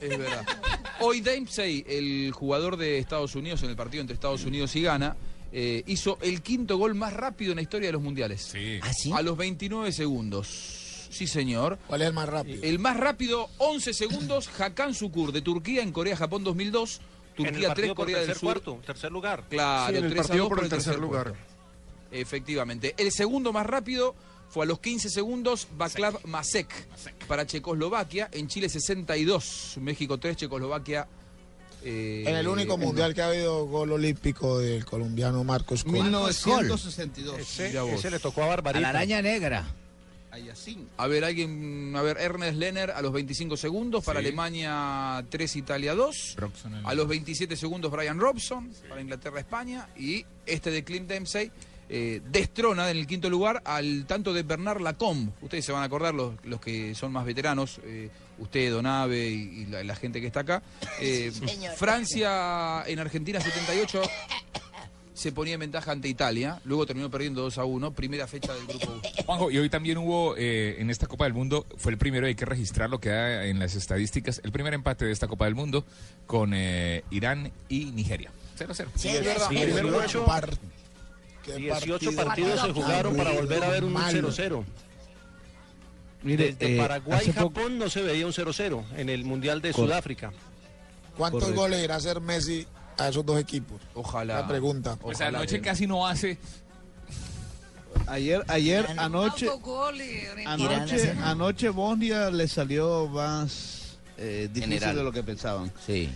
Es verdad. Hoy Dempsey, el jugador de Estados Unidos en el partido entre Estados Unidos y Ghana, eh, hizo el quinto gol más rápido en la historia de los mundiales. Sí. ¿Ah, sí? A los 29 segundos. Sí, señor. ¿Cuál es el más rápido? El más rápido, 11 segundos, Hakan Sukur de Turquía en Corea-Japón 2002. en el Turquía partido 3, por Corea del tercer Sur. cuarto, tercer lugar. Claro, Sí, en el 3 a partido 2 por el tercer cuarto. lugar. Efectivamente. El segundo más rápido fue a los 15 segundos Vaclav Masek para Checoslovaquia. En Chile 62, México 3, Checoslovaquia. eh, En el único uno. mundial que ha habido gol olímpico del colombiano Marcos Col. 1962. Ese, Mirá vos. ese le tocó a A la Barbarita. araña negra. A ver, alguien. A ver, Ernest Lenner a los 25 segundos para Sí. Alemania 3, Italia 2. Broxon en el- A los 27 segundos Brian Robson para Inglaterra-España. Y este de Clint Dempsey eh, destrona en el quinto lugar al tanto de Bernard Lacombe. Ustedes se van a acordar, los, los que son más veteranos, eh, usted, Donave y, y la, la gente que está acá. Eh, Francia en Argentina 78 se ponía en ventaja ante Italia. Luego terminó perdiendo 2 a 1. Primera fecha del grupo. Juanjo, y hoy también hubo eh, en esta Copa del Mundo, fue el primero, hay que registrar lo que da en las estadísticas, el primer empate de esta Copa del Mundo con eh, Irán y Nigeria. 0-0. es verdad. Qué 18 par- qué 18 partido partidos se tan jugaron para volver a ver un malo. 0-0. Mire, Desde eh, Paraguay hace y poco- Japón no se veía un 0-0 en el Mundial de Cor- Sudáfrica. ¿Cuántos Correcto. goles irá a hacer Messi a esos dos equipos? Ojalá. La pregunta. O sea, Ojalá, anoche eh. casi no hace. ayer, ayer, anoche, anoche, Irán, anoche Bosnia le salió más eh, difícil General. de lo que pensaban. Sí.